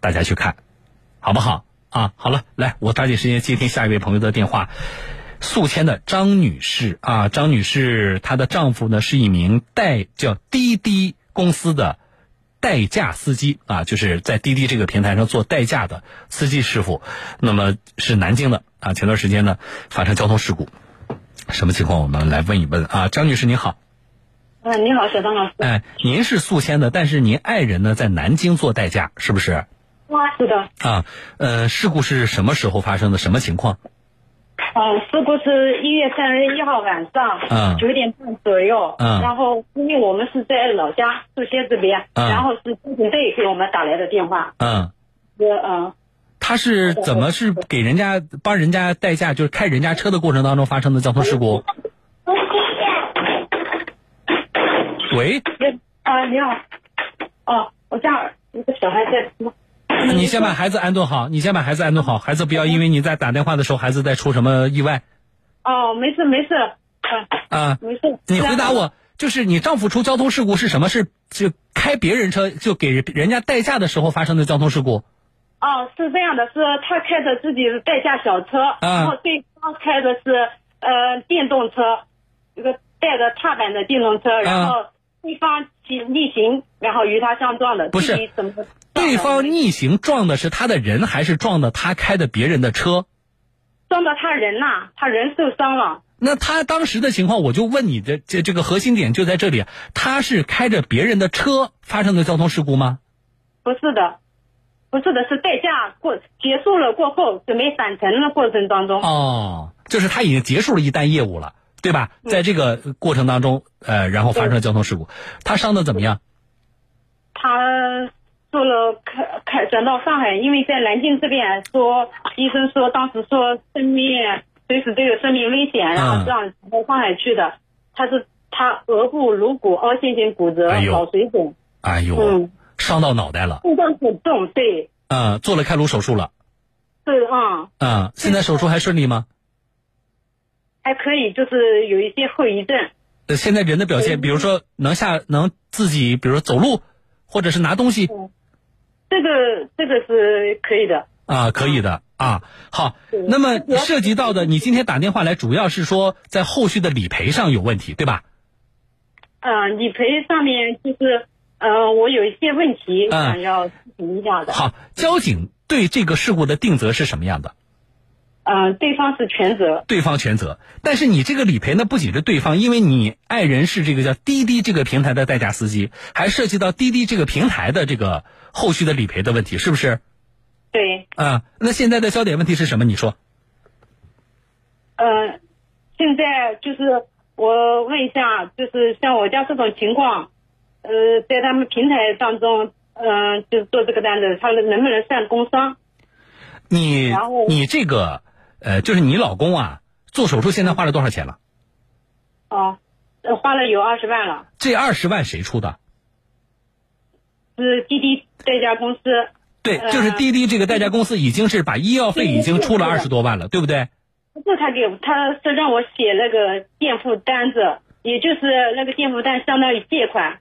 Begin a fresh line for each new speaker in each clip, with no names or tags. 大家去看，好不好？啊，好了，来，我抓紧时间接听下一位朋友的电话。宿迁的张女士啊，张女士她的丈夫呢是一名代叫滴滴公司的代驾司机啊，就是在滴滴这个平台上做代驾的司机师傅，那么是南京的啊。前段时间呢发生交通事故，什么情况？我们来问一问啊，张女士您好，
啊，你好，小张老师。
哎，您是宿迁的，但是您爱人呢在南京做代驾，是不是？
是的，
啊，呃，事故是什么时候发生的？什么情况？
嗯，事故是一月三十一号晚
嗯
上九点半左右，
嗯
然后因为我们是在老家宿迁这边，
嗯
然后是交警队给我们打来的电话，
嗯，
是嗯，
他是怎么是给人家帮人家代驾，就是开人家车的过程当中发生的交通事故？喂，
那啊，你好，哦，我家儿一个小孩在，
你先把孩子安顿好，你先把孩子安顿好，孩子不要因为你在打电话的时候，孩子再出什么意外
哦，没事没事，嗯、
啊！
没事，
你回答
然后，
我，就是你丈夫出交通事故是什么？是就开别人车就给人家代驾的时候发生的交通事故？
哦，是这样的，是他开着自己的代驾小车，
嗯
然后对方开的是呃电动车，一个带着踏板的电动车，
啊
然后对方骑逆行，然后与他相撞的，
不是
具体怎么撞的？
对方逆行撞的是他的人，还是撞的他开的别人的车？
撞到他人呐、他人受伤了。
那他当时的情况，我就问你的这这个核心点就在这里，他是开着别人的车发生的交通事故吗？
不是的，不是的，是代驾过结束了过后，准备返程的过程当中，
哦，就是他已经结束了一单业务了，对吧？
嗯
在这个过程当中，呃，然后发生了交通事故，他伤的怎么样？
他做了开开转到上海，因为在南京这边说，啊医生说当时说生命随时都有生命危险，然后让
嗯
到上海去的。他是他额部、颅骨凹陷性骨折、
哎呦
脑水肿，
哎呦，
嗯
伤到脑袋了，
症状很重，对，
嗯，做了开颅手术了，
是啊、嗯，
嗯，现在手术还顺利吗？
还可以，就是有一些后遗症，
呃，现在人的表
嗯
现，比如说能下能自己，比如说走路，或者是拿东西
这个这个是可以的。
啊，可以的啊。好，
对
那么涉及到的，你今天打电话来，主要是说在后续的理赔上有问题，对吧？
嗯，理赔上面就是，呃，我有一些问题
嗯
想要咨询一下的。
好，交警对这个事故的定责是什么样的？
嗯、对方是全责。
对方全责，但是你这个理赔呢，不仅是对方，因为你爱人是这个叫滴滴这个平台的代驾司机，还涉及到滴滴这个平台的这个后续的理赔的问题，是不是？
对，
啊，那现在的焦点问题是什么？你说，
呃，现在就是我问一下，就是像我家这种情况，呃，在他们平台当中，嗯、就是做这个单子，他能不能算工伤？
你
然后
你这个呃，就是你老公啊，做手术现在花了多少钱了？
哦，呃花了有二十万了，
这二十万谁出的？
是滴滴代驾公司。
对，
呃
就是滴滴这个代驾公司已经是把医药费已经出了二十多万了，对不对？
这他给他是让我写那个垫付单子，也就是那个垫付单相当于借款，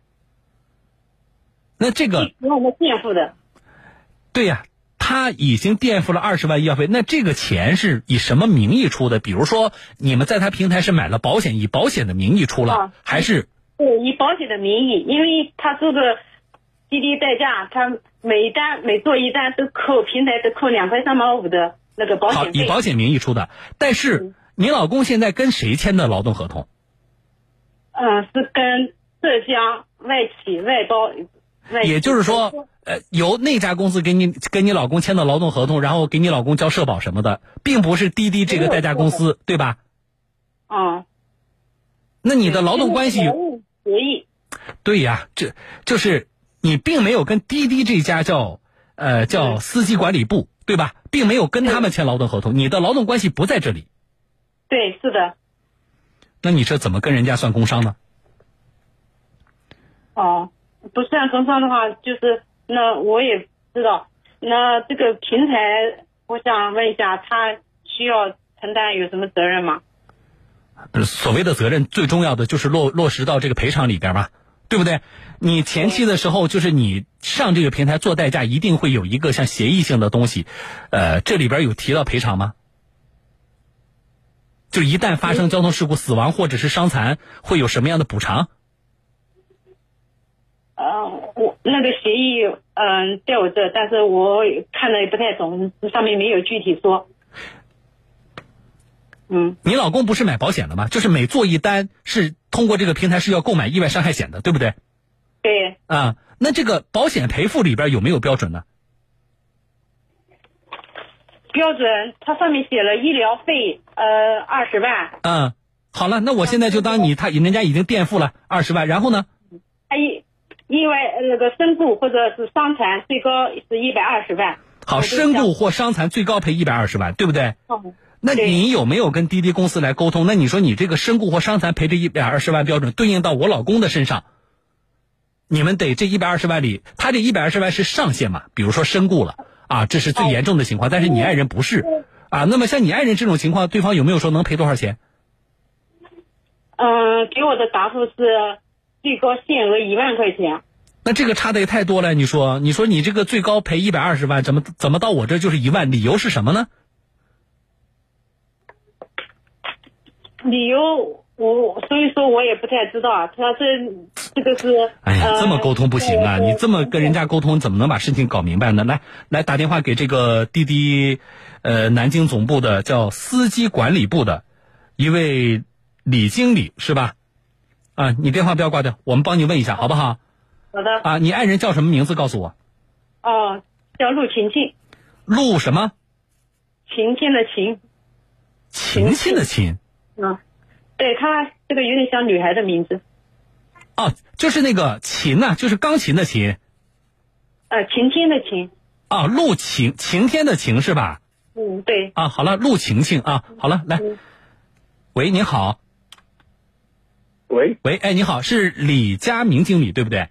那这个
给我们垫付的。
对呀、他已经垫付了二十万医药费，那这个钱是以什么名义出的？比如说你们在他平台是买了保险，以保险的名义出了，
啊
还是
对，以保险的名义，因为他这个滴滴代驾，他每单每做一单都扣平台都扣两块三毛五的那个保
好
险
以
费。
保险名义出的？但是你老公现在跟谁签的劳动合同？
嗯、是跟浙江外企外包。外企
也就是说，呃，由那家公司给你跟你老公签的劳动合同，然后给你老公交社保什么的，并不是滴滴这个代驾公司，对吧？
嗯，
那你的劳动关系
劳务协议，
对呀，这就是你并没有跟滴滴这家叫呃叫司机管理部对吧，并没有跟他们签劳动合同，你的劳动关系不在这里，
对，是的，
那你这怎么跟人家算工伤呢？
哦，不算工伤的话，就是那我也知道，那这个平台，我想问一下，他需要承担有什么责任吗？
呃所谓的责任，最重要的就是落落实到这个赔偿里边嘛，对不对？你前期的时候，就是你上这个平台做代驾，一定会有一个像协议性的东西，呃，这里边有提到赔偿吗？就一旦发生交通事故、死亡或者是伤残，会有什么样的补偿？
呃，我那个协议，嗯、在我这，但是我看的也不太懂，上面没有具体说。嗯，
你老公不是买保险的吗？就是每做一单是通过这个平台是要购买意外伤害险的，对不对？
对，
啊，那这个保险赔付里边有没有标准呢？
标准它上面写了医疗费，呃，二十万，
嗯，好了，那我现在就当你他人家已经垫付了二十万，然后呢？
还有意外呃那个身故或者是伤残，最高是一百二十万。
好，
我就
身
想
故或伤残最高赔一百二十万，对不对？
嗯
那
对
你有没有跟滴滴公司来沟通？那你说你这个身故或伤残赔这一百二十万标准对应到我老公的身上，你们得这一百二十万里，他这一百二十万是上限嘛？比如说身故了啊，这是最严重的情况，但是你爱人不是啊。那么像你爱人这种情况，对方有没有说能赔多少钱？
嗯，给我的答复是最高限额一万块钱。
那这个差的也太多了，你说，你说你这个最高赔一百二十万，怎么怎么到我这就是一万？理由是什么呢？
理由我所以说我也不太知道啊，他这这个是
哎呀，
呃
这么沟通不行啊！
对
你这么跟人家沟通，怎么能把事情搞明白呢？来，来打电话给这个滴滴，呃，南京总部的叫司机管理部的一位李经理是吧？啊，你电话不要挂掉，我们帮你问一下好不好？
好的
啊，你爱人叫什么名字？告诉我，
哦，叫陆晴晴，
陆什么？
晴天的晴，
琴琴的琴
嗯，对她这个有点像女孩的名字，
哦，就是那个琴呐、就是钢琴的琴
呃，晴天的晴，
啊，陆晴晴天的晴是吧？
嗯，对，
啊，好了，陆晴晴啊，好了，来，
嗯
喂，您好。
喂，
喂，哎，你好，是李佳明经理对不对？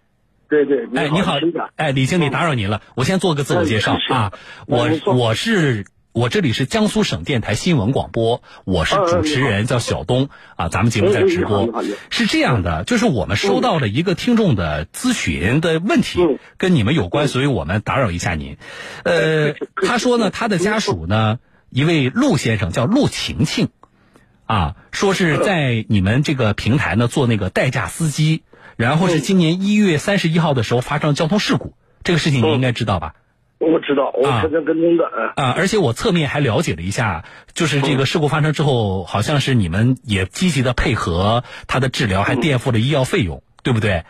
对对，
哎，你好
局长，
哎，李经理，打扰您了，我先做个自我介绍
嗯嗯是
啊，我
嗯您说
我是。我这里是江苏省电台新闻广播，我
嗯
是主持人，叫小东啊。咱们节目在直
嗯嗯你好
播
你好，
是这样的，就是我们收到了一个听众的咨询的问题
嗯，哎
跟你们有关，所以我们打扰一下您。呃，他说呢，他的家属呢，一位陆先生叫陆晴晴，啊，说是在你们这个平台呢做那个代驾司机，然后是今年一月三十一号的时候发生了交通事故，这个事情你应该知道吧？
我知道，我
啊
可能跟踪的，嗯
啊，而且我侧面还了解了一下，就是这个事故发生之后，好像是你们也积极的配合他的治疗，还垫付了医药费用，对不对？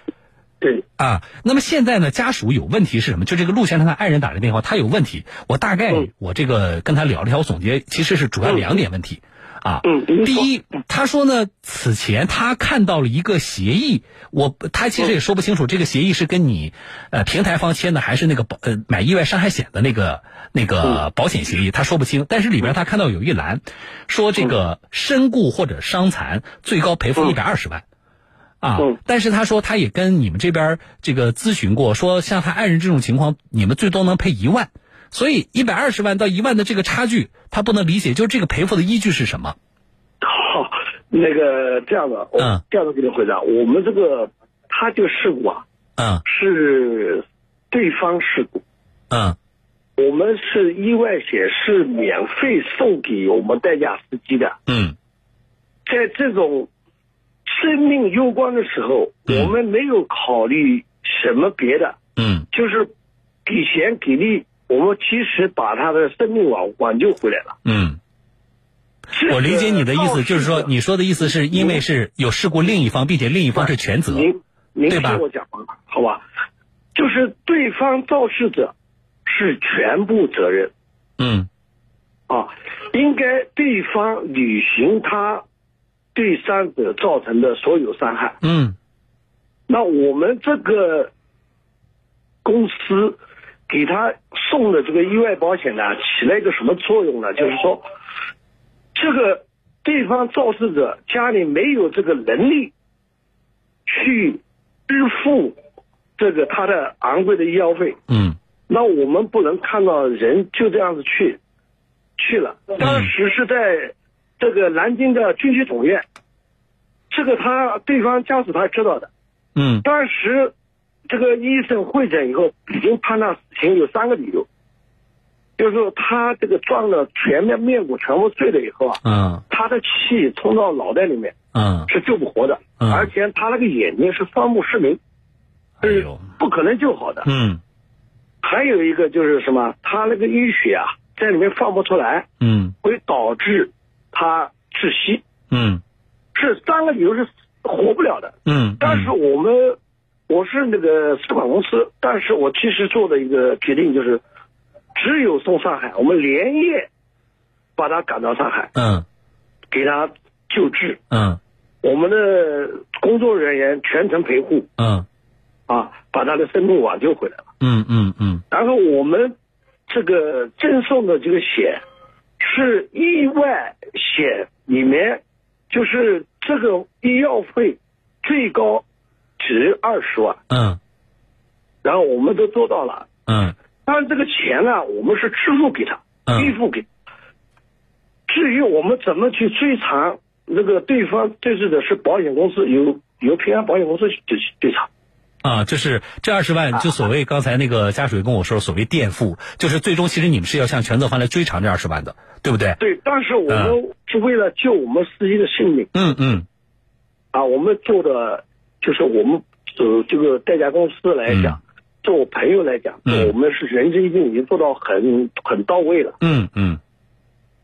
对，
啊，那么现在呢，家属有问题是什么？就这个陆先生他爱人打来电话，他有问题，我大概
嗯
我这个跟他聊了一下，我总结其实是主要两点问题啊。
嗯您说
第一，他说呢，此前他看到了一个协议，我他其实也说不清楚这个协议是跟你呃平台方签的，还是那个保呃买意外伤害险的那个那
嗯
个保险协议，他说不清。但是里边他看到有一栏说这个身故或者伤残最高赔付一
嗯
百二十万。啊
嗯，
但是他说他也跟你们这边儿这个咨询过，说像他爱人这种情况，你们最多能赔一万，所以一百二十万到一万的这个差距，他不能理解，就是这个赔付的依据是什么？
好，那个这样的，我
嗯
这样的给你回答，我们这个他这个事故啊，
嗯
是对方事故，
嗯
我们是意外险是免费送给我们代驾司机的，
嗯
在这种生命攸关的时候，
嗯
我们没有考虑什么别的，
嗯
就是给钱给力，我们其实把他的生命挽挽救回来了。
嗯，我理解你的意思，就是说你说的意思是因为是有事故另一方，并且另一方是全责。
您您
对
听
吧
我讲话，好吧？就是对方肇事者是全部责任
嗯
啊，应该对方履行他对伤者造成的所有伤害。
嗯
那我们这个公司给他送的这个意外保险呢，起了一个什么作用呢？就是说，这个对方肇事者家里没有这个能力去支付这个他的昂贵的医药费，
嗯
那我们不能看到人就这样子去去了。当时是在这个南京的军区总院，这个他对方家属他知道的。
嗯
当时这个医生会诊以后，已经判他死刑有三个理由，就是说他这个撞了全面面骨全部碎了以后啊，
嗯
他的气冲到脑袋里面
嗯，
是救不活的，
嗯
而且他那个眼睛是双目失明，
哎呦，
不可能救好的。
嗯
还有一个就是什么，他那个淤血啊，在里面放不出来，
嗯
会导致他窒息，
嗯
是三个理由是活不了的。
嗯，
但是我们，我是那个试管公司，但是我其实做的一个决定就是，只有送上海，我们连夜把他赶到上海，
嗯
给他救治，
嗯
我们的工作人员全程陪护
嗯
啊，把他的生命挽救回来了。
嗯嗯嗯
然后我们这个赠送的这个血是意外险里面，就是这个医药费最高值二十万，
嗯
然后我们都做到了。
嗯
但是这个钱呢，我们是支付给他，
嗯
预付给他。至于我们怎么去追偿，那个对方对峙的是保险公司，由由平安保险公司去去追偿。
啊，就是这二十万，就所谓刚才那个家属也跟我说，所谓垫付，就是最终其实你们是要向全责方来追偿这二十万的，对不对？
对，但是我们是为了救我们司机的性命。
嗯嗯
啊，我们做的就是我们呃这个代驾公司来讲，做我朋友来讲，
嗯
我们是仁至义尽，已经做到很很到位了。
嗯嗯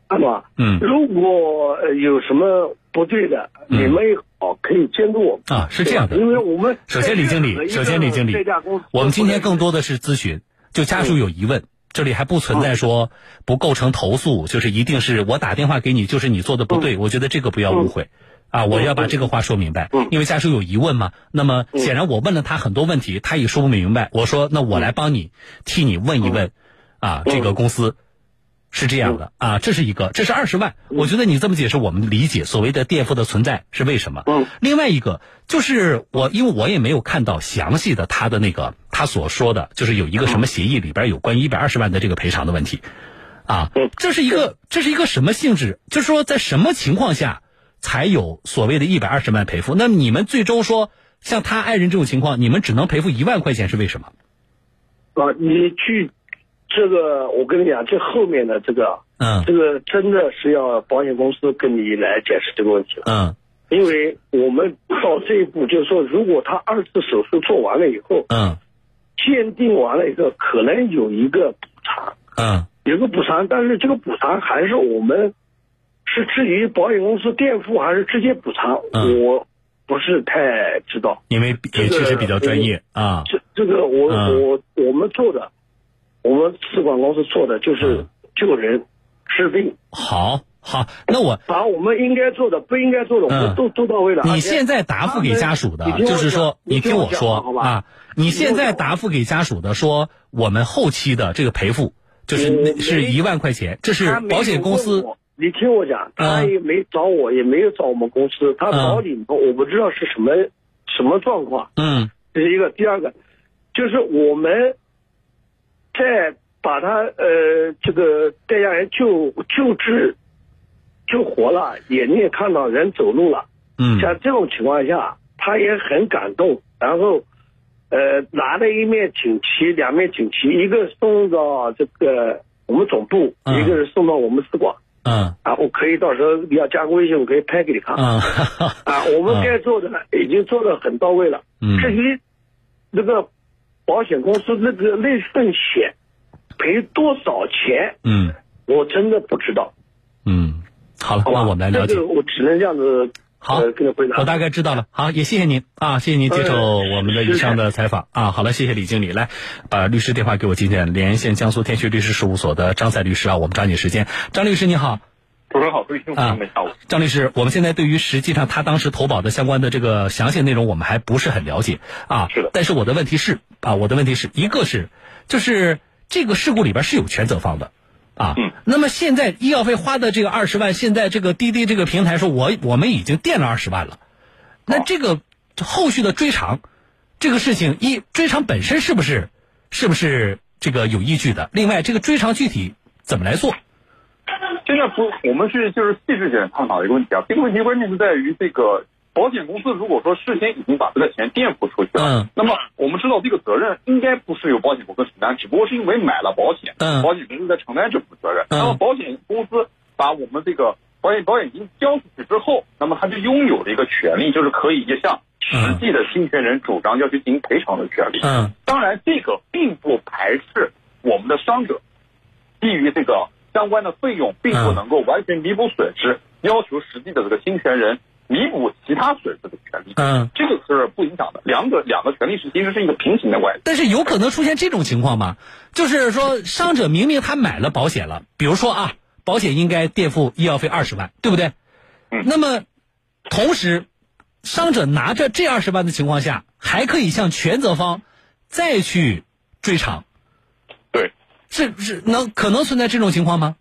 那么，
嗯
如果呃有什么不对的，
嗯
你们也好可以监督我们。
啊，是这样的
对吧。因为我们
首先，李经
在
理，
任何
首先，李经
一个
理
代驾公司，
我们今天更多的是咨询，就家属有疑问，这里还不存在说不构成投诉，就是一定是我打电话给你，就是你做的不对。我觉得这个不要误会。啊，我要把这个话说明白
嗯，
因为家属有疑问嘛。那么显然我问了他很多问题，他也说不明白。我说，那我来帮你替你问一问，
嗯
啊，这个公司是这样的啊，这是一个，这是二十万。
嗯
我觉得你这么解释，我们理解所谓的垫付的存在是为什么。
嗯
另外一个就是我，因为我也没有看到详细的他的那个他所说的，就是有一个什么协议里边有关于一百二十万的这个赔偿的问题，啊
嗯，
这是一个这是一个什么性质？就是说在什么情况下才有所谓的一百二十万赔付？那你们最终说像他爱人这种情况，你们只能赔付一万块钱是为什么？
啊，你去这个，我跟你讲，这后面的这个，
嗯
这个真的是要保险公司跟你来解释这个问题了。
嗯
因为我们到这一步，就是说，如果他二次手术做完了以后，
嗯
鉴定完了以后，可能有一个补偿，
嗯
有个补偿，但是这个补偿还是我们是至于保险公司垫付还是直接补偿，
嗯
我不是太知道。
因为也确实比较专业啊，
这这个我、
嗯
我我们做的，我们试管公司做的就是
嗯
救人、治病，
好好，那我
把我们应该做的、不应该做的，我
嗯
们都做到位了。而
你
且
现在答复给家属
他
的，
们你听
就
我
是说
讲，
你
你
听
听
我
我
说
讲好吧
啊，你现在
听我讲
答复给家属的说，我们后期的这个赔付就是那
我
是
没
一万块钱，这是
他没有
保险公
问
司嗯
我。你听我讲，他也没找我，也没有找我们公司，他找你们，我不知道是什么什么状况。
嗯
这是一个，第二个就是我们在把他呃这个代驾人救救治救活了，眼睛也看到人走路了，
嗯
像这种情况下，他也很感动，然后。呃，拿了一面锦旗，两面锦旗，一个送到这个我们总部，
嗯
一个是送到我们使馆。
嗯
啊，我可以到时候你要加个微信，我可以拍给你看。
嗯
啊，我们该做的已经做的很到位了。
嗯
至于那个保险公司那个那份险赔多少钱，
嗯
我真的不知道，
嗯，好了，
好吧？
那我们来了解
这个。我只能这样子
好
呃、跟你回答。呃
我大概知道了。好，也谢谢您啊，谢谢您接受我们的以上的采访啊。好了，谢谢李经理，来把律师电话给我，今天连线江苏天旭律师事务所的张赛律师啊，我们抓紧时间。张律师你好。
主持人好，各位听众朋友们，下午。
张律师，我们现在对于实际上他当时投保的相关的这个详细内容，我们还不是很了解啊。
是的
但是我的问题是啊，我的问题是一个是，就是这个事故里边是有全责方的啊。
嗯。
那么现在医药费花的这个二十万，现在这个滴滴这个平台说我我们已经垫了二十万了，那
哦
这个后续的追偿，这个事情一追偿本身是不是是不是这个有依据的？另外，这个追偿具体怎么来做？
现在不，我们是就是细致点探讨一个问题啊。这个问题关键是在于这个
保险公司如果说事先已经把这个钱垫付出去了，
嗯
那么我们知道这个责任应该不是由保险公司承担，只不过是因为买了保险，
嗯
保险公司在承担这部分责任。
嗯
那么保险公司把我们这个保险保险金交出去之后，那么他就拥有了一个权利，就是可以向实际的侵权人主张要去进行赔偿的权利。
嗯
当然，这个并不排斥我们的伤者基于这个相关的费用，并不能够完全弥补损
嗯
失，要求实际的这个侵权人弥补其他损失的权利，
嗯。
这个是不影响的。两个两个权利是其实是一个平行的关系。
但是有可能出现这种情况吗？就是说，伤者明明他买了保险了，比如说啊，保险应该垫付医药费二十万，对不对？
嗯
那么，同时，伤者拿着这二十万的情况下，还可以向全责方再去追偿，
对，
是是能可能存在这种情况吗？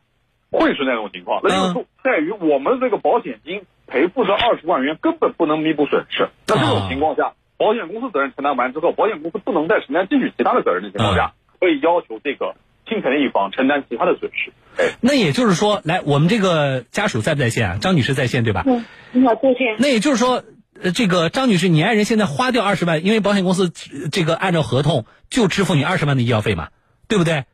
会是那种情况。那
嗯
就是在于我们这个保险金赔付这二十万元根本不能弥补损失。那这种情况
啊
下，保险公司责任承担完之后，保险公司不能再承担继续其他的责任的情况
嗯
下，可以要求这个侵权的一方承担其他的损失。哎，
那也就是说，来，我们这个家属在不在线啊？张女士在线对吧？
嗯，你好，再见。
那也就是说，呃，这个张女士，你爱人现在花掉二十万，因为保险公司呃这个按照合同就支付你二十万的医药费嘛，对不对？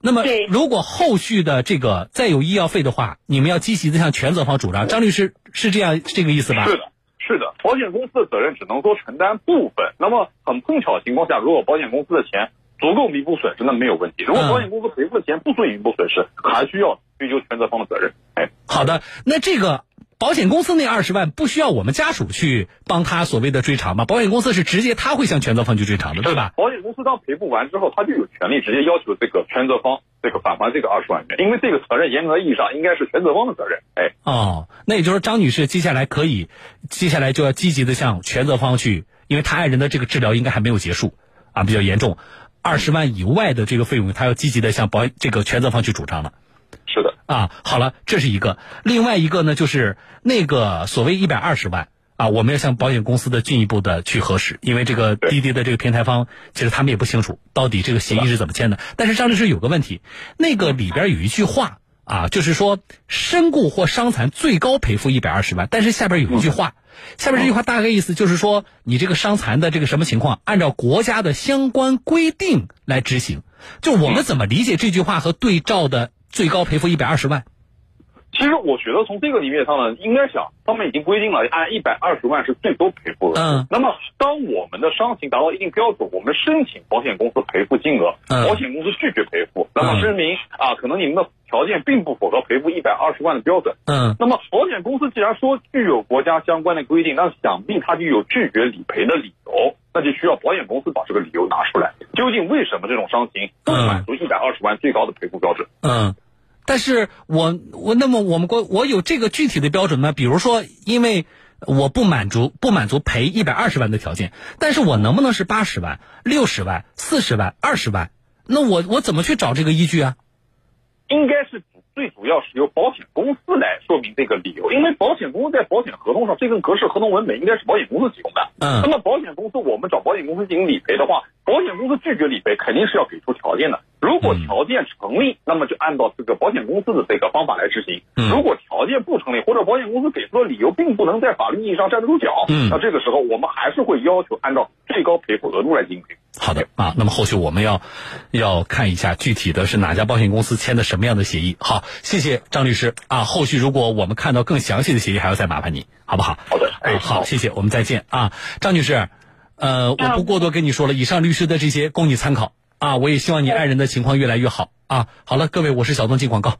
那么
对，
如果后续的这个再有医药费的话，你们要积极的向全责方主张。张律师是这样这个意思吧？
是的。是的，保险公司的责任只能说承担部分。那么很碰巧的情况下，如果保险公司的钱足够弥补损失，那没有问题；如果
嗯
保险公司赔付的钱不足以弥补损失，还需要追究全责方的责任。哎，
好的，那这个保险公司那二十万不需要我们家属去帮他所谓的追偿吧？保险公司是直接他会向全责方去追偿的，对吧？
保险公司当赔付完之后，他就有权利直接要求这个全责方这个返还这个二十万元，因为这个责任严格意义上应该是全责方的责任。哎，
哦，那也就是说张女士接下来可以，接下来就要积极的向全责方去，因为她爱人的这个治疗应该还没有结束啊，比较严重，二十万以外的这个费用，她要积极的向保这个全责方去主张了
是的，
啊。好了，这是一个，另外一个呢就是那个所谓一百二十万。啊，我们要向保险公司的进一步的去核实，因为这个
对
滴滴的这个平台方，其实他们也不清楚到底这个协议是怎么签的。但是张律师有个问题，那个里边有一句话啊，就是说身故或伤残最高赔付一百二十万，但是下边有一句话，下边这句话大概意思就是说，你这个伤残的这个什么情况，按照国家的相关规定来执行。就我们怎么理解这句话和对照的最高赔付一百二十万？
其实我觉得从这个层面上呢，应该想他们已经规定了按一百二十万是最多赔付额。
嗯
那么当我们的伤情达到一定标准，我们申请保险公司赔付金额，
嗯
保险公司拒绝赔付，那么
嗯
声明啊，可能你们的条件并不符合赔付一百二十万的标准。
嗯
那么保险公司既然说具有国家相关的规定，那想必它就有拒绝理赔的理由，那就需要保险公司把这个理由拿出来。究竟为什么这种伤情不满足一百二十万最高的赔付标准？
嗯。但是我我那么我们国我有这个具体的标准吗？比如说，因为我不满足不满足赔一百二十万的条件，但是我能不能是八十万、六十万、四十万、二十万？那我我怎么去找这个依据啊？
应该是最主要是由保险公司来说明这个理由，因为保险公司在保险合同上这份格式合同文本应该是保险公司提供的。
嗯
那么保险公司我们找保险公司进行理赔的话，保险公司拒绝理赔肯定是要给出条件的。如果
嗯
条件成立，那么就按照这个保险公司的这个方法来执行。
嗯
如果条件不成立，或者保险公司给出的理由并不能在法律意义上站得住脚，
嗯
那这个时候我们还是会要求按照最高赔付额度来进行赔付。
好的啊，那么后续我们要要看一下具体的是哪家保险公司签的什么样的协议。好，谢谢张律师啊。后续如果我们看到更详细的协议，还要再麻烦你，好不好？
好的哎
啊好，
好
谢谢，我们再见啊，张女士。呃，我不过多跟你说了，以上律师的这些供你参考啊。我也希望你爱人的情况越来越好啊。好了，各位，我是小东进广告。